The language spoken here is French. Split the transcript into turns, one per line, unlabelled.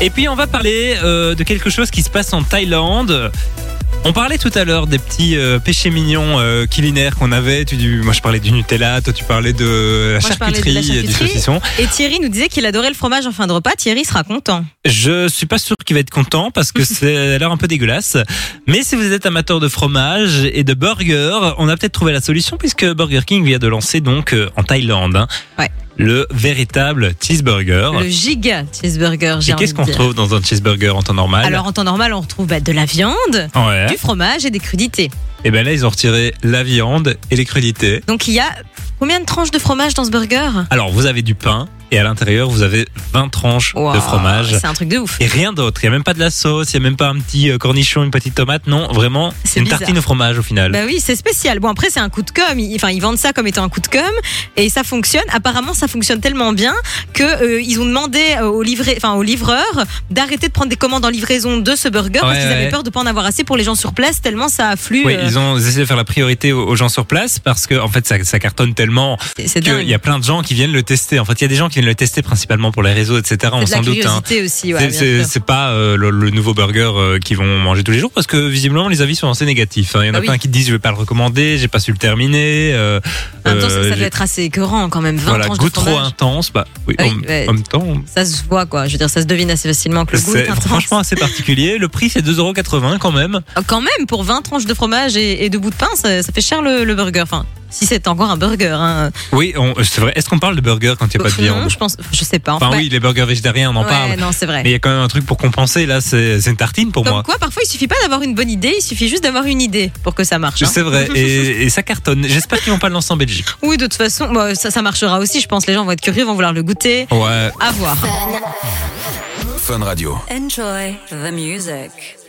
Et puis on va parler euh, de quelque chose qui se passe en Thaïlande. On parlait tout à l'heure des petits euh, péchés mignons euh, culinaires qu'on avait. Tu, dis- moi je parlais du Nutella, toi tu parlais de la
Moi, je parlais de la
charcuterie, et du
charcuterie.
saucisson.
Et Thierry nous disait qu'il adorait le fromage en fin de repas. Thierry sera content.
Je suis pas sûr qu'il va être content parce que c'est l'air un peu dégueulasse. Mais si vous êtes amateur de fromage et de burger, on a peut-être trouvé la solution puisque Burger King vient de lancer donc euh, en Thaïlande hein,
Ouais.
le véritable cheeseburger.
Le giga cheeseburger, j'ai
Et
envie
qu'est-ce
de
qu'on
dire.
trouve dans un cheeseburger en temps normal
Alors en temps normal, on retrouve bah, de la viande,
Ouais.
du fromage et des crudités.
Et ben là, ils ont retiré la viande et les crudités.
Donc il y a combien de tranches de fromage dans ce burger
Alors, vous avez du pain et à l'intérieur, vous avez 20 tranches de
Waouh,
fromage.
C'est un truc de ouf.
Et rien d'autre. Il n'y a même pas de la sauce, il n'y a même pas un petit euh, cornichon, une petite tomate. Non, vraiment,
C'est
une
bizarre.
tartine au fromage au final.
Bah oui, c'est spécial. Bon après c'est un coup de com. Ils- Enfin ils vendent ça comme étant un coup de com et ça fonctionne. Apparemment ça fonctionne tellement bien que euh, ils ont demandé euh, au livré, enfin au livreur d'arrêter de prendre des commandes en livraison de ce burger parce
Ouais,
qu'ils
ouais.
avaient peur de pas en avoir assez pour les gens sur place tellement ça afflue.
oui,
euh,
ils ont essayé de faire la priorité aux aux gens sur place parce que en fait ça, ça cartonne tellement
c'est- c'est dingue.
qu'il y a plein de gens qui viennent le tester. En fait, il y a des gens qui viennent le tester principalement pour les réseaux, etc. On
C'est de la
s'en doute. hein.
curiosité aussi. ouais,
C'est-
bien
c'est
sûr.
c'est pas euh, le, le nouveau burger euh, qu'ils vont manger tous les jours parce que visiblement les avis sont assez négatifs. hein. Il y en a
Bah oui.
plein qui disent je vais pas le recommander, j'ai pas su le terminer. euh,
En même temps, ça,
euh,
ça
j'ai-
doit être assez écœurant quand même. 20
voilà,
tranches
goût
de fromage.
trop intense. Bah oui,
Ah oui,
en,
ouais.
en même temps.
Ça se voit quoi. Je veux dire, ça se devine assez facilement que le goût
C'est
est intense.
franchement assez particulier. Le prix c'est 2,80€ quand même.
Euh, Quand même, pour 20 tranches de fromage et, et de bouts de pain, ça, ça fait cher le, le burger. Enfin, si c'est encore un burger. Hein.
Oui, on- euh, c'est vrai. Est-ce qu'on parle de burger quand il n'y a pas de
non,
viande
je pense. Je sais pas.
Enfin
Ouais.
oui, les burgers végétariens on en
Ouais,
parle.
Non, c'est vrai.
Mais il y a quand même un truc pour compenser. Là, c'est c'est une tartine pour
Comme
moi.
quoi, parfois, il suffit pas d'avoir une bonne idée, il suffit juste d'avoir une idée pour que ça marche. hein.
C'est vrai. et, et ça cartonne. J'espère qu'ils vont pas le lancer en Belgique.
Oui, de toute façon, bah, ça, ça marchera aussi. Je pense les gens vont être curieux, vont vouloir le goûter.
Ouais.
À voir.
Fun Radio.
Enjoy the music.